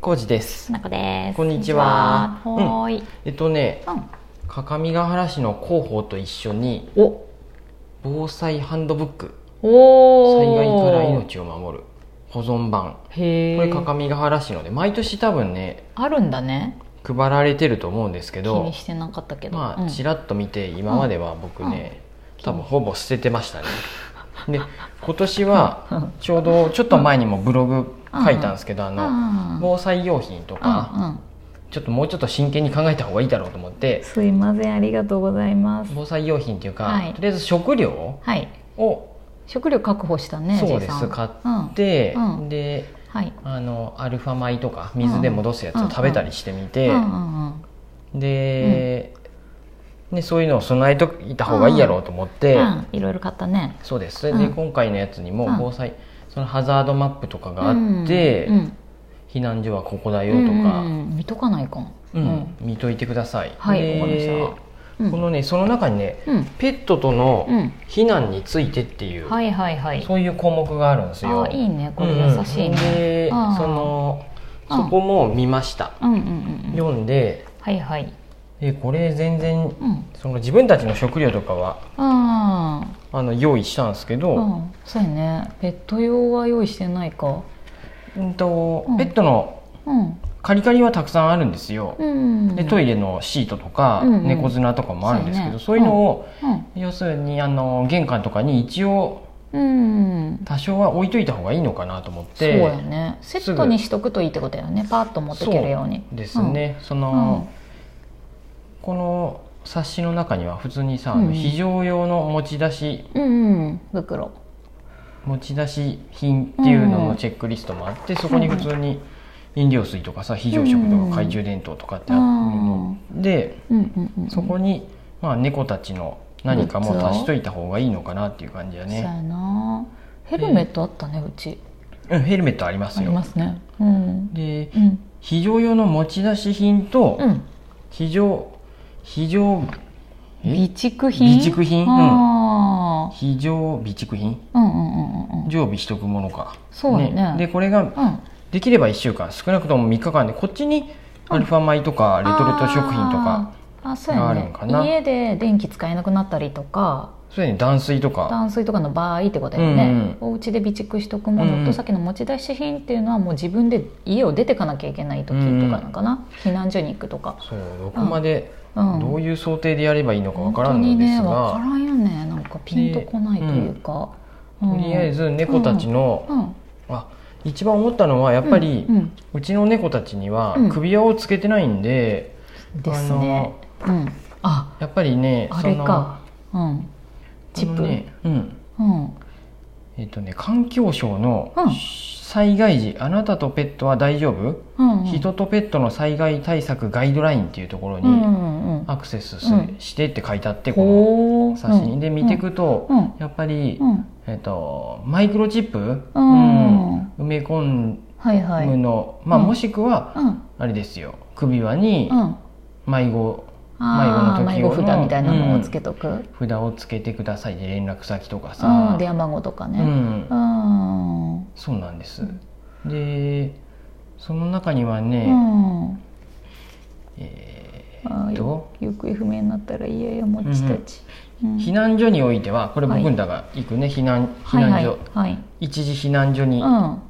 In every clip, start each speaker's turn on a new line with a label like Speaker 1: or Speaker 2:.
Speaker 1: コウジです。
Speaker 2: なこです。
Speaker 1: こんにちは
Speaker 2: こんにちははーい。
Speaker 1: えっとね、
Speaker 2: うん。
Speaker 1: 各務原市の広報と一緒に
Speaker 2: お、
Speaker 1: 防災ハンドブック
Speaker 2: お
Speaker 1: 災害
Speaker 2: ー
Speaker 1: から命を守る保存版
Speaker 2: へ
Speaker 1: これ
Speaker 2: え。
Speaker 1: 各務原市ので毎年多分ね
Speaker 2: あるんだね。
Speaker 1: 配られてると思うんですけ
Speaker 2: 気
Speaker 1: ど
Speaker 2: にしてなかったけど。
Speaker 1: ま
Speaker 2: う
Speaker 1: あ
Speaker 2: ん
Speaker 1: ちらっと見て今までは僕ね
Speaker 2: うん
Speaker 1: 多分ほぼ捨ててましたね。で今年はちょうどちょっと前にもブログ書いたんですけどあ
Speaker 2: うん
Speaker 1: の
Speaker 2: うん
Speaker 1: 防災用品とか
Speaker 2: うんうん。
Speaker 1: ちょっともうちょっと真剣に考えた方がいいだろうと思って
Speaker 2: すいません、ありがとうございます。
Speaker 1: 防災用品っていうか、
Speaker 2: はい
Speaker 1: とりあえず食料
Speaker 2: はい。
Speaker 1: を
Speaker 2: 食料確保したね。
Speaker 1: そう
Speaker 2: じ
Speaker 1: で
Speaker 2: いさ
Speaker 1: す
Speaker 2: ん
Speaker 1: 買っ
Speaker 2: うん。
Speaker 1: て、
Speaker 2: うん
Speaker 1: で
Speaker 2: はい。
Speaker 1: あのアルファ米とか水で戻すやつ
Speaker 2: うん
Speaker 1: を食べたりしてみて、
Speaker 2: うんうんうん。
Speaker 1: で、ね、そういうのを備えといた方がいいやろうと思って、
Speaker 2: うんいろいろ買ったね。
Speaker 1: そうですそれで
Speaker 2: うん
Speaker 1: 今回のやつにも
Speaker 2: うん
Speaker 1: 防災、そのハザードマップとかがあって、
Speaker 2: うんうん
Speaker 1: 避難所はここだよ
Speaker 2: う
Speaker 1: と
Speaker 2: ん
Speaker 1: か、
Speaker 2: うんうん見とかないかん。
Speaker 1: うん。見といてください。
Speaker 2: はい
Speaker 1: で
Speaker 2: わかりましうん
Speaker 1: このねその中にね、
Speaker 2: うん。
Speaker 1: ペットとの
Speaker 2: うん。
Speaker 1: 避難についてっていう、
Speaker 2: はいはいはい。
Speaker 1: そういう項目があるんですよ。
Speaker 2: あ、いいね。これ優しい
Speaker 1: うん
Speaker 2: ね。
Speaker 1: で、そ
Speaker 2: うん
Speaker 1: の
Speaker 2: うん
Speaker 1: そこも見ました。
Speaker 2: うんうんうんうん。
Speaker 1: 読んで、
Speaker 2: はいはい。
Speaker 1: でこれ全然
Speaker 2: うん。
Speaker 1: その自分たちの食料とかは
Speaker 2: うん
Speaker 1: あの用意したんですけど、
Speaker 2: うん、そうやねペット用は用意してないか
Speaker 1: うんと
Speaker 2: うん
Speaker 1: ペットの
Speaker 2: うん
Speaker 1: カリカリはたくさんあるんですよ。
Speaker 2: うん
Speaker 1: でトイ
Speaker 2: レ
Speaker 1: レのシートとか、
Speaker 2: うんうん
Speaker 1: 猫砂とかもあるんですけど、そ
Speaker 2: そうう
Speaker 1: い
Speaker 2: やね
Speaker 1: うのを、
Speaker 2: うん、
Speaker 1: 要するにあの玄関とかに一応
Speaker 2: うん、
Speaker 1: 多少は置いといた方がいいのかなと思っ
Speaker 2: そう
Speaker 1: て。
Speaker 2: やねセットにしとくといいってことやねパーッと持っていけるように
Speaker 1: そうですね、その、この冊子の中には普通にさ、あの
Speaker 2: うん
Speaker 1: 非常用の持ち出し
Speaker 2: うん、うんうん、袋
Speaker 1: 持ち出し品っていうののチェックリストもあって、そこに普通に飲料水とかさ非常食と
Speaker 2: うん
Speaker 1: か懐中電灯とかってあるので、
Speaker 2: うんうんうん
Speaker 1: そこに、まあ、猫たちの何かも足しといた方がいいのかなっていう感じだ
Speaker 2: そう
Speaker 1: ね、
Speaker 2: やなヘルメットあったねうち
Speaker 1: うん、ヘルメットありま
Speaker 2: あ
Speaker 1: す
Speaker 2: り
Speaker 1: よ
Speaker 2: ますねうん
Speaker 1: で
Speaker 2: うん
Speaker 1: 非常用の持ち出し品と
Speaker 2: うん
Speaker 1: 非常非常え
Speaker 2: 備蓄品
Speaker 1: 備蓄品
Speaker 2: あー
Speaker 1: 非常備蓄品
Speaker 2: うんうんうんうんうん
Speaker 1: 常備しとくものか
Speaker 2: そうやね
Speaker 1: でこれが
Speaker 2: うん
Speaker 1: できれば1週間少なくとも3日間でこっちにアルファ米とかレトルト食品とか
Speaker 2: あーあそうや
Speaker 1: があるん
Speaker 2: ね
Speaker 1: かな
Speaker 2: 家で電気使えなくなったりとか
Speaker 1: それに断水とか
Speaker 2: 断水とかの場合ってことだよね、お家で備蓄しとくものと、
Speaker 1: うんうん
Speaker 2: さっきの持ち出し品っていうのはもう自分で家を出てかなきゃいけない時とかなんかな、避難所に行くとか、
Speaker 1: そうどこまで
Speaker 2: うん、
Speaker 1: どういう想定でやればいいのかわからん
Speaker 2: 本当
Speaker 1: の
Speaker 2: に
Speaker 1: で
Speaker 2: ね
Speaker 1: す
Speaker 2: 分か
Speaker 1: が
Speaker 2: らんよねなんかピンとこないというか、
Speaker 1: とりあえ
Speaker 2: ず、
Speaker 1: ず猫たちの
Speaker 2: うん、
Speaker 1: あ一番思ったのはやっぱり
Speaker 2: うんうん
Speaker 1: うちの猫たちには
Speaker 2: うん
Speaker 1: 首輪をつけてないんで
Speaker 2: ですねうん、あ
Speaker 1: やっぱりね
Speaker 2: あ
Speaker 1: そ
Speaker 2: れ
Speaker 1: の
Speaker 2: か、うん、チッ
Speaker 1: こ
Speaker 2: プ、
Speaker 1: のねうん
Speaker 2: うん
Speaker 1: えっとね環境省の
Speaker 2: うん
Speaker 1: 災害時あなたとペットは大丈夫
Speaker 2: うんうん、
Speaker 1: 人とペットの災害対策ガイドラインっていうところ
Speaker 2: うんう
Speaker 1: に
Speaker 2: んうん
Speaker 1: アクセスす
Speaker 2: うん
Speaker 1: してって書いてあってこ
Speaker 2: ほう
Speaker 1: の冊子にで見ていくと
Speaker 2: うんうん
Speaker 1: やっぱり
Speaker 2: う、ん
Speaker 1: えっと、マイクロチップ、う
Speaker 2: うん
Speaker 1: 埋め込
Speaker 2: はいはい
Speaker 1: むの、まあ、
Speaker 2: うん
Speaker 1: もしくは
Speaker 2: うん
Speaker 1: あれですよ首輪に
Speaker 2: うん
Speaker 1: 迷子
Speaker 2: ああ
Speaker 1: 迷
Speaker 2: 迷
Speaker 1: 子の時用の
Speaker 2: 子札みたいなのをつけとく、うん
Speaker 1: 札をつけてくださいで連絡先とか
Speaker 2: うん、
Speaker 1: さ、
Speaker 2: 電話番号とか
Speaker 1: う
Speaker 2: ね、うん
Speaker 1: ん
Speaker 2: うん
Speaker 1: そうなんですでその中にはね、え
Speaker 2: あ
Speaker 1: ーっ
Speaker 2: ー
Speaker 1: と
Speaker 2: 行方不明になったら家や持ちたち、うん
Speaker 1: 避難所においてはこれ
Speaker 2: はい
Speaker 1: 僕んだが行くね、避難避
Speaker 2: はい
Speaker 1: 難所、
Speaker 2: はいはい、
Speaker 1: 一時避難所に
Speaker 2: うん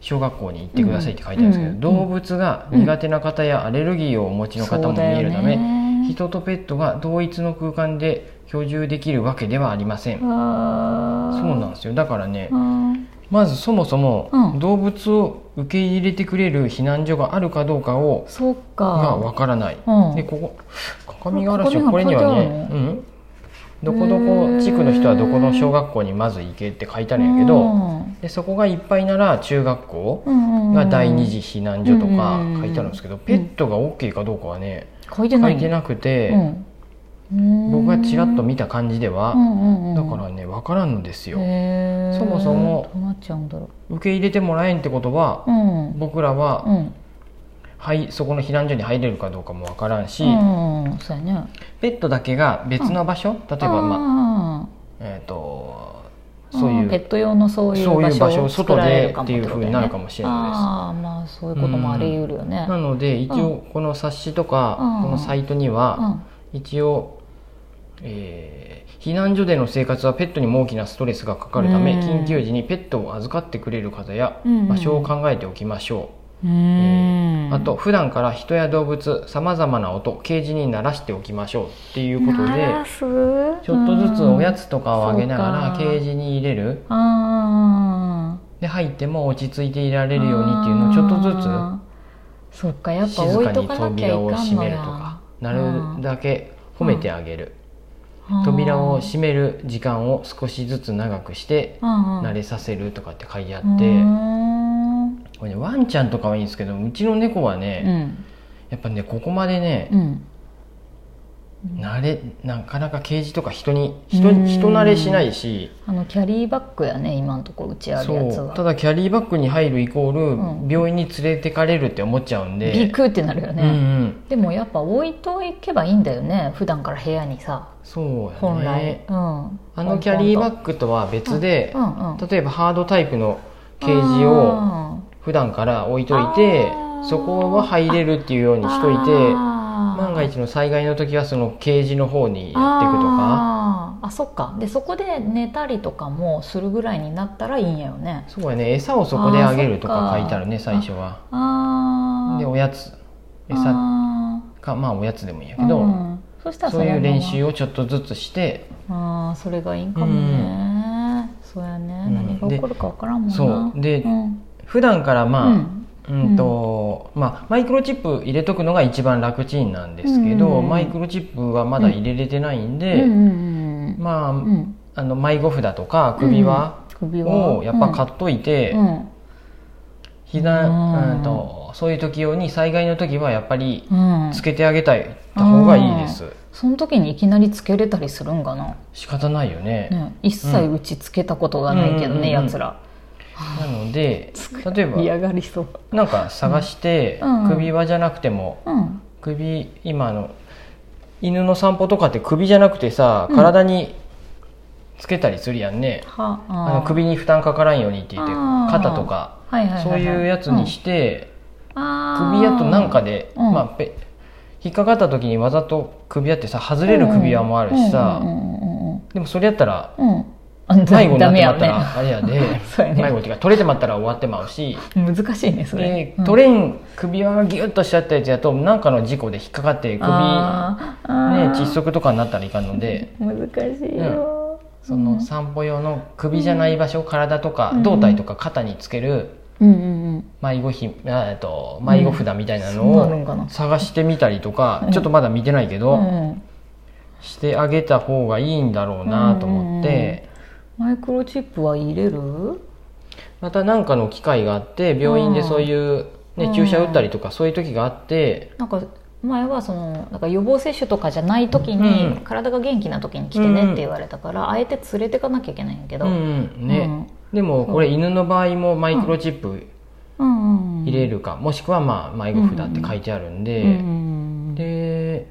Speaker 1: 小学校に行ってくださいって書いてあるんですけど、
Speaker 2: うん
Speaker 1: 動物が苦手な方やアレルギーをお持ちの方も見えるため、
Speaker 2: め
Speaker 1: 人とペットが同一の空間で居住できるわけではありません、
Speaker 2: そ
Speaker 1: そ
Speaker 2: う
Speaker 1: う
Speaker 2: な
Speaker 1: なんですよだからね、
Speaker 2: うん
Speaker 1: まずそもそも
Speaker 2: うん
Speaker 1: 動物を受け入れてくれる避難所があるかどうかを
Speaker 2: そう
Speaker 1: が
Speaker 2: か、
Speaker 1: わからない、
Speaker 2: うん
Speaker 1: でここ各務原市は
Speaker 2: 各務原
Speaker 1: これには
Speaker 2: 書いて
Speaker 1: ね
Speaker 2: あ、る
Speaker 1: うん、どこどこ地区の人はどこの小学校にまず行けって書いてあるんやけ
Speaker 2: う
Speaker 1: ど、
Speaker 2: ん
Speaker 1: でそこがいっぱいなら中学校
Speaker 2: うんうん、
Speaker 1: が第二次避難所とか
Speaker 2: うん
Speaker 1: 書いてあるんですけど、ペットが OK かどうかはね
Speaker 2: 書いて
Speaker 1: 書
Speaker 2: ない
Speaker 1: いてなくて、
Speaker 2: うん、
Speaker 1: 僕がちらっと
Speaker 2: 見
Speaker 1: 見た感じでは、だからね分からんのですよ、
Speaker 2: へー
Speaker 1: そもそも
Speaker 2: どうなっちゃうんだろ
Speaker 1: 受け入れてもらえんってことは
Speaker 2: う、うん
Speaker 1: 僕らは、
Speaker 2: うん
Speaker 1: はい、そこの避難所に入れるかどうかも分からんし、
Speaker 2: うんうん、そうやね
Speaker 1: ペットだけが別の場所、例えば、まあ
Speaker 2: ま
Speaker 1: えー、とそういう
Speaker 2: ペット用のそうい
Speaker 1: そうう
Speaker 2: 場
Speaker 1: いう場所
Speaker 2: 所
Speaker 1: を
Speaker 2: を作
Speaker 1: 外
Speaker 2: られ
Speaker 1: で
Speaker 2: るか
Speaker 1: っ
Speaker 2: も
Speaker 1: ていうふうになるかもしれないです。
Speaker 2: ああまあそういうこともあり得るよね。
Speaker 1: なので一応この冊子とか
Speaker 2: うん
Speaker 1: このサイトには一応、えー避難所での生活はペットにも大きなストレスがかかるため
Speaker 2: うん
Speaker 1: 緊急時にペットを預かってくれる方や
Speaker 2: うんうんうん
Speaker 1: 場所を考えておきましょ
Speaker 2: うん
Speaker 1: うあと普段から人や動物さまざまな音ケージに鳴らしておきましょうっていうことでちょっとずつおやつとかをあげながら
Speaker 2: そう
Speaker 1: ケ
Speaker 2: か
Speaker 1: ージに入れる
Speaker 2: あ
Speaker 1: で入っても落ち着いていられるようにっていうのをちょっとずつ
Speaker 2: つそっかやっぱ
Speaker 1: 静
Speaker 2: 置
Speaker 1: か
Speaker 2: いと
Speaker 1: に
Speaker 2: かなきゃいか
Speaker 1: 扉
Speaker 2: んの
Speaker 1: を
Speaker 2: や
Speaker 1: 閉めるとかなるだけ褒めてあげる、扉を閉める時間を少しずつ長くして慣
Speaker 2: 慣
Speaker 1: れさせるとかって書いてあ
Speaker 2: う
Speaker 1: って、
Speaker 2: ん
Speaker 1: これねワンちゃんとかはいいんですけどうちの猫はね、やっぱねここまでね、
Speaker 2: うん
Speaker 1: 慣れなかなかケージとか人に
Speaker 2: う
Speaker 1: 人
Speaker 2: ん
Speaker 1: 人慣れしないし
Speaker 2: あのキャリーバッグやね今のところうちある
Speaker 1: そ
Speaker 2: やつは
Speaker 1: うただキャリーバッグに入るイコー
Speaker 2: う
Speaker 1: ル病院に連れてかれるって思っちゃうんで、
Speaker 2: ビクってなるよ
Speaker 1: うん
Speaker 2: ね、
Speaker 1: うん、
Speaker 2: でもやっぱ置いといけばいいんだよね普段から部屋にさ
Speaker 1: そうや
Speaker 2: 本来、
Speaker 1: ね
Speaker 2: うん、
Speaker 1: あのキャリーバ
Speaker 2: グ
Speaker 1: ッグとは別で、
Speaker 2: うんうん、
Speaker 1: 例えばハードタイプのケージを
Speaker 2: あ
Speaker 1: 普段から置いといて
Speaker 2: あー
Speaker 1: そこは入れるっていうように
Speaker 2: ー
Speaker 1: しといて
Speaker 2: あー
Speaker 1: 万が一の災害の時はそのケージの方にやっていくとか
Speaker 2: あーあそっかでそこで寝たりとかもするぐらいになったらいいんやよね
Speaker 1: そうやね餌をそこであげると
Speaker 2: あーそっ
Speaker 1: か
Speaker 2: か
Speaker 1: 書いてあるね最初は
Speaker 2: ああ
Speaker 1: でおやつ餌
Speaker 2: あ
Speaker 1: かまあおやつでもいいんや
Speaker 2: ー
Speaker 1: けど、
Speaker 2: うんそしたら
Speaker 1: そういう練習
Speaker 2: を
Speaker 1: をちょっとずつして
Speaker 2: ああそれがいいんかもね、そうやね、
Speaker 1: うん
Speaker 2: 何が起こるか分からんもんな
Speaker 1: そうで
Speaker 2: ん
Speaker 1: 普段から
Speaker 2: う
Speaker 1: まあ
Speaker 2: ん
Speaker 1: うんとまあ、マイクロチップ入れとくのが一番楽ちんなんですけど、
Speaker 2: うん
Speaker 1: マイクロチップはまだ入れれてないん
Speaker 2: うんう
Speaker 1: で、
Speaker 2: んうん
Speaker 1: まあ、
Speaker 2: うん
Speaker 1: あの迷子札とか首輪
Speaker 2: 首
Speaker 1: をやっぱ買
Speaker 2: っ
Speaker 1: っといて、
Speaker 2: うん
Speaker 1: 避難、
Speaker 2: うん
Speaker 1: うんとそういう時用に災害の時はやっぱり
Speaker 2: うん、
Speaker 1: つけてあげたいた方がいいです、
Speaker 2: その時にいきなりつけれたりするんかな、
Speaker 1: 仕方ないよね、
Speaker 2: ね、一切うちつけたことがない
Speaker 1: う
Speaker 2: けどね、
Speaker 1: んうんうん
Speaker 2: やつら
Speaker 1: なので例えば
Speaker 2: 嫌がりそう、
Speaker 1: なんか探して、
Speaker 2: うんうん
Speaker 1: 首輪じゃなくても
Speaker 2: うん、
Speaker 1: 首今あの犬の散歩とかって首じゃなくてさ体につけたりするやんね、
Speaker 2: は
Speaker 1: あの首に負担かからんようにって言って
Speaker 2: あー
Speaker 1: 肩とか
Speaker 2: はいはいはいはい、
Speaker 1: そういうやつに
Speaker 2: て、
Speaker 1: して、
Speaker 2: あー
Speaker 1: 首輪となんかで、
Speaker 2: うん
Speaker 1: まあ、ペ引っかかった時にわざと首輪ってさ外れる首輪もあるしさ、
Speaker 2: うんうんうんうん
Speaker 1: でもそれやったら
Speaker 2: うんうんあんた
Speaker 1: 迷子になっ
Speaker 2: ダメ
Speaker 1: てま
Speaker 2: や
Speaker 1: った
Speaker 2: ね
Speaker 1: らあれやで
Speaker 2: そうやね
Speaker 1: 迷子っていうか取れてまったら終わってまうし、
Speaker 2: 難しいねそれ
Speaker 1: で、取れん首輪がギュッとしちゃったやつやとなんかの事故で引っかかって首、ね、窒
Speaker 2: 息
Speaker 1: 息とかになったらいかんので。
Speaker 2: 難しいよ、
Speaker 1: その散歩用の首じゃない場所、体とか
Speaker 2: うん
Speaker 1: 胴体とか肩につける
Speaker 2: うんうんうん
Speaker 1: 迷子ひあえっと迷子札みたいな
Speaker 2: そうなる
Speaker 1: の
Speaker 2: んかな
Speaker 1: を探してみたりとか、
Speaker 2: うん
Speaker 1: ちょっとまだ見てないけど、
Speaker 2: うん
Speaker 1: してあげた方がいいんだろうなと思って、
Speaker 2: マイクロチップは入れる
Speaker 1: また何かの機会があって病院でそういう、ね
Speaker 2: うん
Speaker 1: 注射打ったりとかそういう時があって、
Speaker 2: なんか前はそのなんか予防接種とかじゃない時に、
Speaker 1: うん
Speaker 2: 体が元気な時に来てねって言われたから、あえて連れてかなきゃいけないんやけ
Speaker 1: う
Speaker 2: ど、
Speaker 1: ん
Speaker 2: うん
Speaker 1: うんねでもこれ犬の場合もマイクロチップ
Speaker 2: うんうん、
Speaker 1: 入れるか、もしくはまあ迷子札って書いてあるんで、
Speaker 2: うんうんうん
Speaker 1: で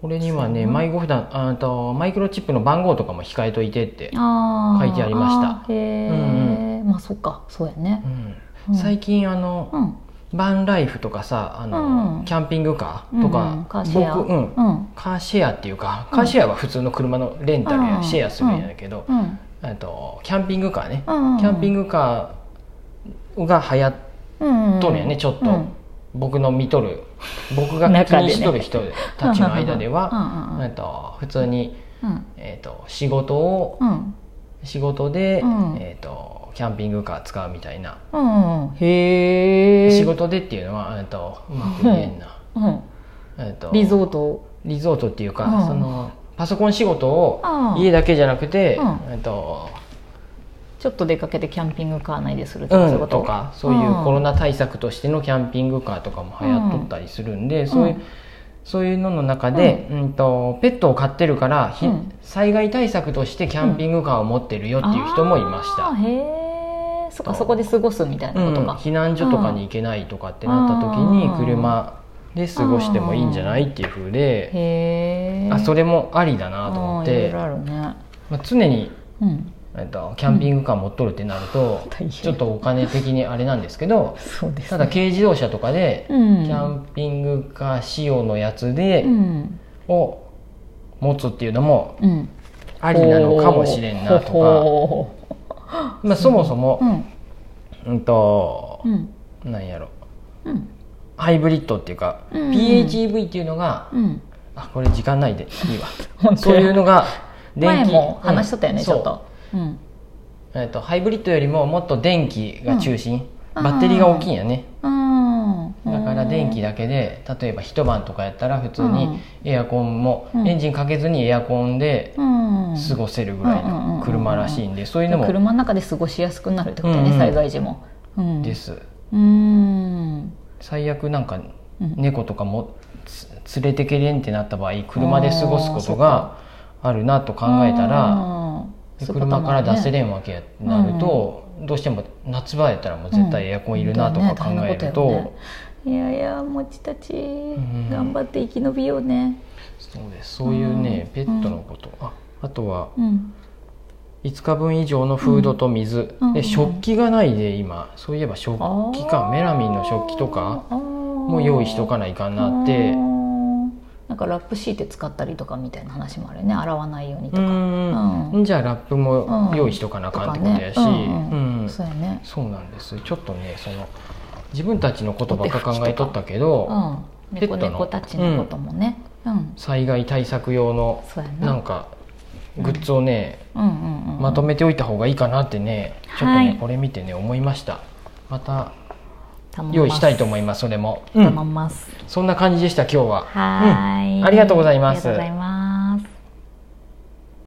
Speaker 1: これにはね迷子札あとマイクロチップの番号とかも控えといてって、
Speaker 2: あー
Speaker 1: 書いてありました
Speaker 2: あーへえ、まあそっかそうやね
Speaker 1: う、ん
Speaker 2: うん
Speaker 1: 最近あの、
Speaker 2: うん
Speaker 1: バンライフとかさあの、
Speaker 2: うん
Speaker 1: キャンピングカーとか、
Speaker 2: うんうんカーシェア
Speaker 1: 僕、うん、
Speaker 2: うん
Speaker 1: カーシェアっていうか
Speaker 2: うん
Speaker 1: カーシェアは普通の車のレンタルや、
Speaker 2: うん
Speaker 1: シェアするんやけど、
Speaker 2: うん
Speaker 1: えっとキャンピングカーね、
Speaker 2: うん、
Speaker 1: キャンピン
Speaker 2: グ
Speaker 1: グカーが流行っとるんやね、ちょっと、僕の見とる僕が気
Speaker 2: 中で
Speaker 1: に
Speaker 2: ね
Speaker 1: しとる人たちの間では、
Speaker 2: は
Speaker 1: えっと普通に、
Speaker 2: うん
Speaker 1: えっと仕事を
Speaker 2: うん
Speaker 1: 仕事で、
Speaker 2: うん
Speaker 1: えっとキャンピングカー使うみたいな、
Speaker 2: うんうんへえ
Speaker 1: 仕、事でっていうのは、えっとうまく言えんな、
Speaker 2: うん、
Speaker 1: えっと
Speaker 2: リゾート
Speaker 1: リゾートっていうか、
Speaker 2: うん
Speaker 1: そのパソコン仕事を
Speaker 2: うん
Speaker 1: 家だけじゃなくて、
Speaker 2: うん
Speaker 1: えっと
Speaker 2: ちょっと出かけてキャンピングカー内でするとか、そういう
Speaker 1: う
Speaker 2: こ
Speaker 1: ん、と
Speaker 2: と
Speaker 1: かそういううんコロナ対策としてのキャンピングカーとかも流行っとったりするんで、そういううんそういうのの中で、うんとペットを飼ってるから、ひ
Speaker 2: うん
Speaker 1: 災害対策としてキャンピングカーを持ってるよっていう人もいました、
Speaker 2: あーへえそっかそこで過ごすみたいな
Speaker 1: う
Speaker 2: こと
Speaker 1: ん、
Speaker 2: か、
Speaker 1: 避難所とかに行けないとかってなった時に
Speaker 2: うん
Speaker 1: 車で過ごしてもいいんじゃないっていう風で、
Speaker 2: へえ
Speaker 1: あそ
Speaker 2: れ
Speaker 1: れもありだなと思っ
Speaker 2: いろい
Speaker 1: て、
Speaker 2: ろあるね
Speaker 1: まあ、常に
Speaker 2: うん
Speaker 1: えっと、キャンピングカー持っとるってなると、
Speaker 2: 大変
Speaker 1: ちょっとお金的にあれなんですけど
Speaker 2: そうです、ね、
Speaker 1: ただ軽自動車とかで、
Speaker 2: うん
Speaker 1: キャンピングカー仕様のやつで、
Speaker 2: うん
Speaker 1: を持つっていうのも
Speaker 2: うん、
Speaker 1: ありなのかもしれんなとか、
Speaker 2: ほ
Speaker 1: まあ、そもそ
Speaker 2: ほう
Speaker 1: も、
Speaker 2: うん
Speaker 1: うんと
Speaker 2: うん
Speaker 1: なんやろ
Speaker 2: うん
Speaker 1: ハイブリッドっていうか、
Speaker 2: うん
Speaker 1: PHEV っていうのが、
Speaker 2: うん
Speaker 1: あこれ時間 ないでいいわ
Speaker 2: 本当
Speaker 1: そういうの が
Speaker 2: 前も話しとったよね、
Speaker 1: うん
Speaker 2: ちょっ
Speaker 1: そ
Speaker 2: とうん
Speaker 1: うえっとハイブリッドよりももっと電気が中心、
Speaker 2: うん
Speaker 1: バッテリーが大きいんやね
Speaker 2: うん
Speaker 1: だから電気だけで例えば一晩とかやったら普通にエアコンも、
Speaker 2: うん
Speaker 1: エンジンかけずにエアコンで
Speaker 2: うん
Speaker 1: 過ごせるぐらいの車らしいんでそういうのも
Speaker 2: 車の中で過ごしやすくなるってことね、
Speaker 1: うんうん
Speaker 2: 災害時も、うん、
Speaker 1: です
Speaker 2: うーん
Speaker 1: 最悪なんか
Speaker 2: うん
Speaker 1: 猫とかもつ連れてけれんってなった場合車で過ごすことがあるなと考えたら
Speaker 2: あー
Speaker 1: で
Speaker 2: そういうこと
Speaker 1: 車
Speaker 2: も
Speaker 1: か
Speaker 2: あ
Speaker 1: ら
Speaker 2: るね
Speaker 1: 出せれんわけやなるとどうしても夏場やったらもう絶対エアコンいるなとか考える
Speaker 2: うんだよね
Speaker 1: と
Speaker 2: 大変なことよねいやいやもちたち、
Speaker 1: ん
Speaker 2: 頑張って生き延びようね
Speaker 1: そうですそういうね
Speaker 2: うん
Speaker 1: ペットのことああとは
Speaker 2: うん
Speaker 1: 5日分以上のフードと水、
Speaker 2: うんうん
Speaker 1: で食器がないで今そういえば食器かメラミンの食器とか
Speaker 2: も
Speaker 1: も用意しとかないかんなって
Speaker 2: なんかラップ敷いて使ったりとかみたいな話もあるよね洗わないようにと
Speaker 1: う
Speaker 2: か、
Speaker 1: ん
Speaker 2: う
Speaker 1: じゃあラップも用意しとかなあかんってことやし、
Speaker 2: とかねうんうん
Speaker 1: うん
Speaker 2: そうやね
Speaker 1: そうなんですちょっとねその自分たちのことばっか考えとったけど、
Speaker 2: うん
Speaker 1: ペット
Speaker 2: 猫
Speaker 1: の
Speaker 2: 猫たちのこともねうん
Speaker 1: 災害対策用の
Speaker 2: そうやな
Speaker 1: なんかグッズをね、
Speaker 2: うんうんうん
Speaker 1: まとめておいた方がいいかなってねちょっとね、
Speaker 2: はい
Speaker 1: これ見てね思いましたまた
Speaker 2: 頼みます
Speaker 1: 用意したいと思いますそれも、う
Speaker 2: 頼
Speaker 1: ん、
Speaker 2: みます
Speaker 1: そんな感じでした今日は。
Speaker 2: はーい
Speaker 1: うんありがとうございます
Speaker 2: ありがとうございます